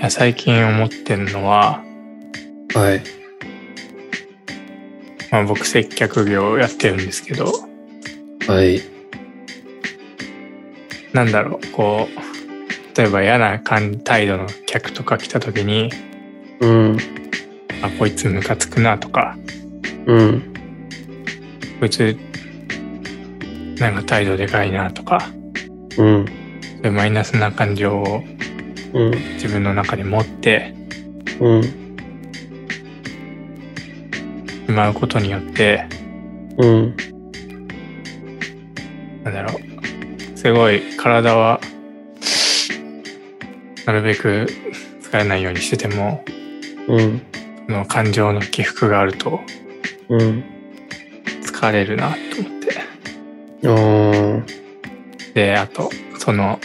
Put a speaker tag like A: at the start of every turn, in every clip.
A: や最近思ってんのは、
B: はい。
A: まあ、僕接客業やってるんですけど
B: はい。
A: なんだろうこう例えば嫌な感態度の客とか来た時に
B: うん。
A: あこいつムカつくなとか
B: うん。
A: こいつなんか態度でかいなとか
B: うん。
A: そういうマイナスな感情を
B: うん。
A: 自分の中で持って
B: うん。
A: しまうことによって
B: うん。
A: なんだろうすごい体はなるべく疲れないようにしてても
B: うん。
A: その感情の起伏があると
B: うん。
A: 疲れるなと思って。
B: あー
A: であとその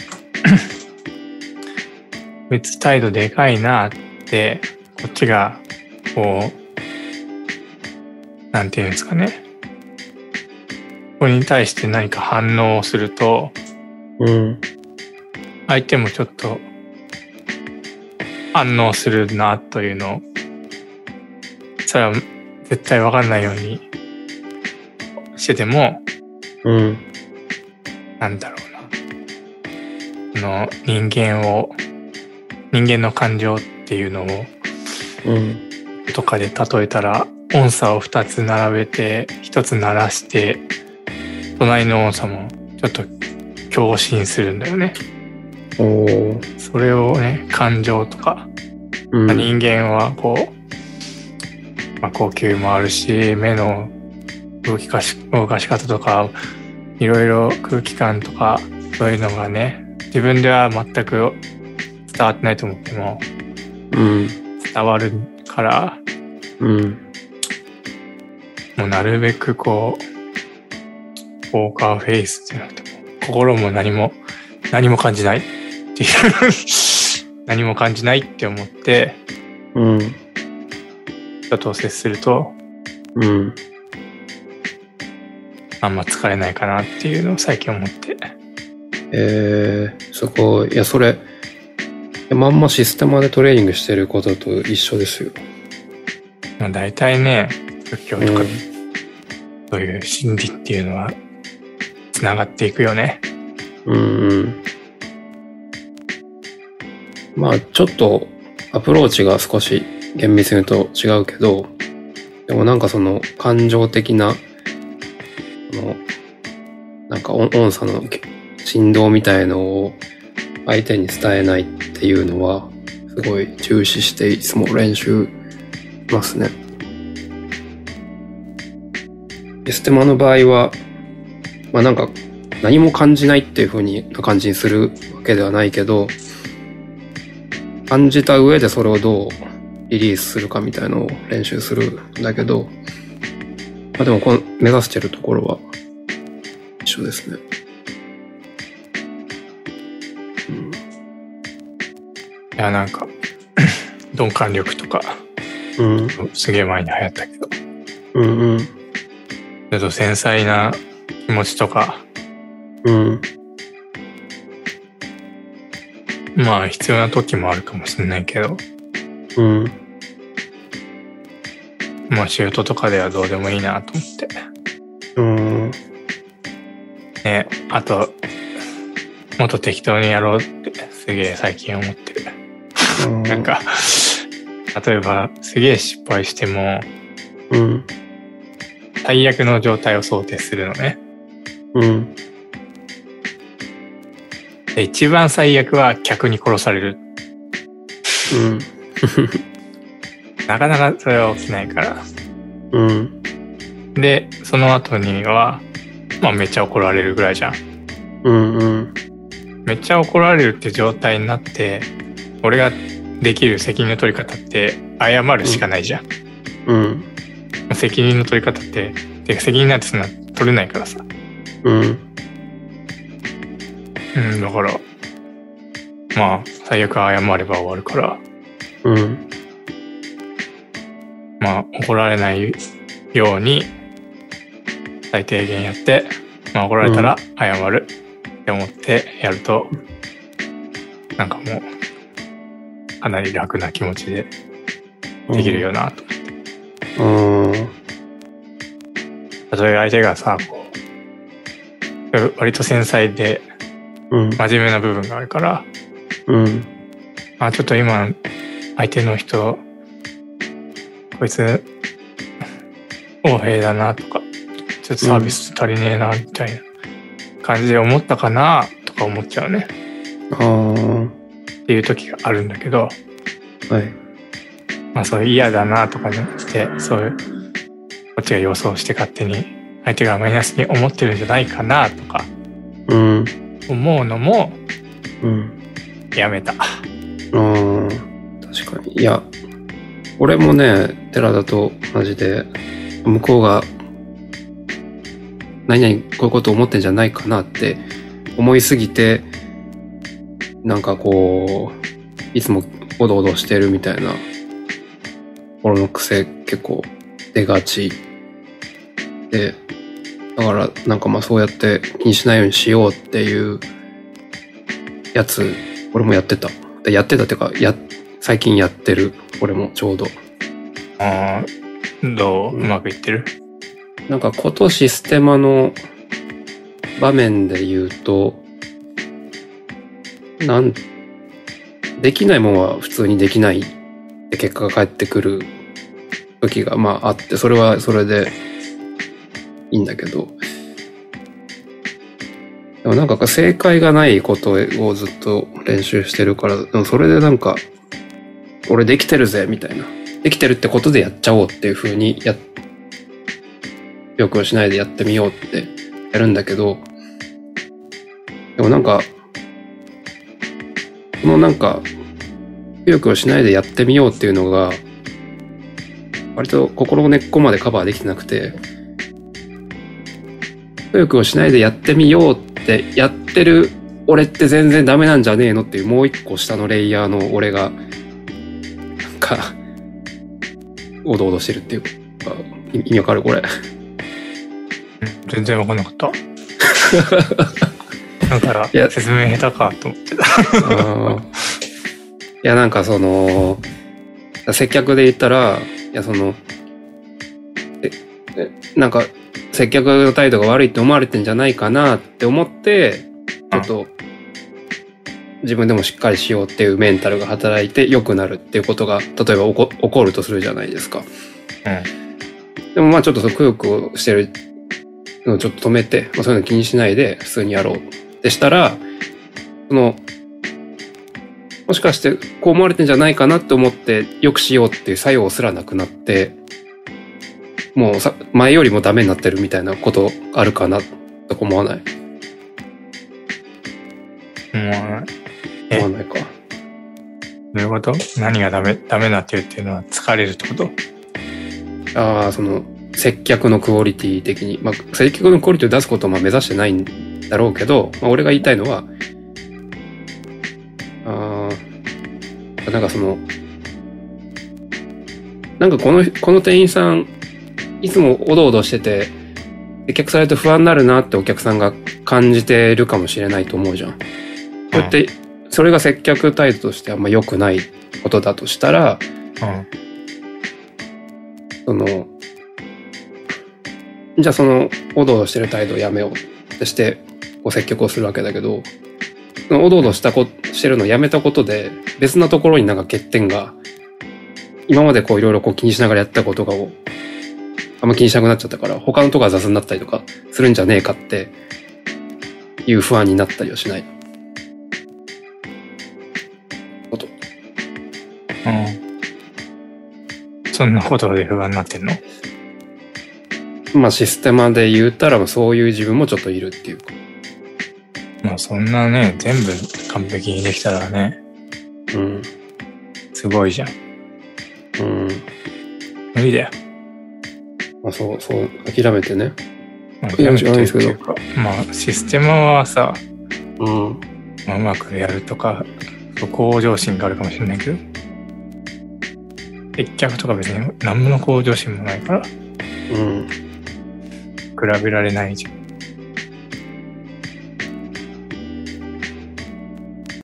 A: 別態度でかいなってこっちがこうなんていうんですかねこれに対して何か反応をすると
B: うん。
A: 相手もちょっと反応するなというのをそれは絶対分かんないようにしてても
B: うん。
A: なんだろうな。あの、人間を、人間の感情っていうのを、
B: うん。
A: とかで例えたら、音差を2つ並べて、1つ鳴らして、隣の音差もちょっと共振するんだよね。
B: おー
A: それをね、感情とか、
B: うん。
A: 人間はこう、まあ、呼吸もあるし目の動きかし動かし方とかいろいろ空気感とかそういうのがね自分では全く伝わってないと思っても
B: うん。
A: 伝わるから
B: うん。
A: もうなるべくこうポーカーフェイスじゃなくても心も何も何も感じないっていう 何も感じないって思って
B: うん。
A: 人と接すると
B: うん。
A: あんま疲れないかなっていうのを最近思って。
B: えー、すごい。いや、それ、まんまシステマでトレーニングしてることと一緒ですよ。
A: まあ、大体ね、仏教
B: う
A: とか、
B: ん。
A: そういう心理っていうのは、つながっていくよね。
B: うんうん。まあ、ちょっとアプローチが少し厳密に言うと違うけど、でもなんかその感情的な、あの、なんか音音差の振動みたいのを相手に伝えないっていうのは、すごい重視していつも練習しますね。エステマの場合は、まあなんか何も感じないっていう風にな感じにするわけではないけど感じた上でそれをどうリリースするかみたいのを練習するんだけど、まあ、でもこの目指してるところは一緒ですね。うん
A: いや、なんか、 鈍感力とか、
B: うん
A: すげえ前に流行ったけど、ち
B: うん
A: ょっと繊細な気持ちとか、
B: うん
A: まあ必要な時もあるかもしれないけど、
B: うん
A: まあ仕事とかではどうでもいいなと思って。
B: うん
A: ね、あと、もっと適当にやろうって、すげえ最近思ってる。
B: うん
A: なんか、例えば、すげえ失敗しても、
B: うん
A: 最悪の状態を想定するのね。
B: うん
A: で、一番最悪は客に殺される。
B: うん
A: なかなかそれは起きないから。
B: うん
A: で、その後には、まあめっちゃ怒られるぐらいじゃん。
B: うんうん
A: めっちゃ怒られるって状態になって、俺ができる責任の取り方って謝るしかないじゃん。
B: うん
A: 責任の取り方って、てか責任なんてそんな取れないからさ。
B: うん
A: うん、だから、まあ最悪謝れば終わるから、
B: うん
A: まあ、怒られないように最低限やって、まあ、怒られたら謝るって思ってやると、なんかもうかなり楽な気持ちでできるよなと。
B: うん。うん。
A: たとえ相手がさ、こう、割と繊細で
B: うん。
A: 真面目な部分があるから、
B: うん。
A: まあちょっと今、相手の人、こいつ、横柄だなとか、ちょっとサービス足りねえな、みたいな感じで思ったかな、とか思っちゃうね。
B: ああ。
A: っていう時があるんだけど、
B: はい。
A: まあそういう嫌だなとかじゃなくて、そういう、こっちが予想して勝手に、相手がマイナスに思ってるんじゃないかな、とか
B: うん。
A: 思うのも、
B: うん。
A: やめた。
B: ああ。確かに。いや、俺もね、寺田と同じで、向こうが、何々こういうこと思ってんじゃないかなって思いすぎて、なんかこう、いつもおどおどしてるみたいな、俺の癖結構出がち。で、だからなんかまあそうやって気にしないようにしようっていうやつ、俺もやってた。でやってたっていうか、や、最近やってる。俺もちょうど。
A: あーどうう
B: うん
A: まくいってる
B: なんか今年ステマの場面で言うと、なん、できないもんは普通にできないって結果が返ってくる時がまああって、それはそれでいいんだけど、でもなんか正解がないことをずっと練習してるから、でもそれでなんか、俺できてるぜみたいな。できてるってことでやっちゃおうっていう風にやっよくしないでやってみようってやるんだけど、でもなんか、このなんか、努力をしないでやってみようっていうのが、割と心の根っこまでカバーできてなくて、努力をしないでやってみようってやってる俺って全然ダメなんじゃねえのっていうもう一個下のレイヤーの俺が、なんか、おどおどしてるっていうか、意意味わかるこれ。
A: うん全然わかんなかっ た。だか
B: いや
A: ら、説明下手かと思ってた。
B: あーいや、なんかその、接客で言ったら、いや、その、え、えなんか、接客の態度が悪いって思われてんじゃないかなって思って、ちょっと、自分でもしっかりしようっていうメンタルが働いて良くなるっていうことが、例えば起こ起こるとするじゃないですか。でもまあちょっとそのくよくよしてるのをちょっと止めて、まあ、そういうの気にしないで普通にやろうってしたら、その、もしかしてこう思われてんじゃないかなって思って良くしようっていう作用すらなくなって、もうさ前よりもダメになってるみたいなことあるかなとか思わない
A: うん。もう、え
B: 思わないか。
A: どういうこと何がダメ、ダメになってるっていうのは疲れるってこと
B: ああ、その、接客のクオリティ的に。まあ、接客のクオリティを出すことはまあ目指してないんだろうけど、まあ、俺が言いたいのは、ああ、なんかその、なんかこの、この店員さん、いつもおどおどしてて、接客されると不安になるなってお客さんが感じてるかもしれないと思うじゃん。それって、それが接客態度としてあんま良くないことだとしたら、
A: うん。
B: その、じゃあその、おどおどしてる態度をやめようってして、こう接客をするわけだけど、そのおどおどしたこ、してるのをやめたことで、別なところになんか欠点が、今までこういろいろこう気にしながらやってたことが、あんま気にしなくなっちゃったから、他のとこが雑になったりとかするんじゃねえかって、いう不安になったりはしない。こと。
A: うん。そんなことで不安になってんの
B: まあシステマで言ったら、そういう自分もちょっといるっていうか。
A: まあそんなね、全部完璧にできたらね、
B: うん。
A: すごいじゃん。
B: うん。
A: 無理だよ。
B: まあそう、そう、諦めてね。
A: まあ
B: いや
A: やめてるって
B: 違
A: いううか、まあシステムはさ、
B: うん。
A: まあうまくやるとか、向上心があるかもしれないけど、接客とか別に何の向上心もないから、
B: うん。
A: 比べられないじゃん。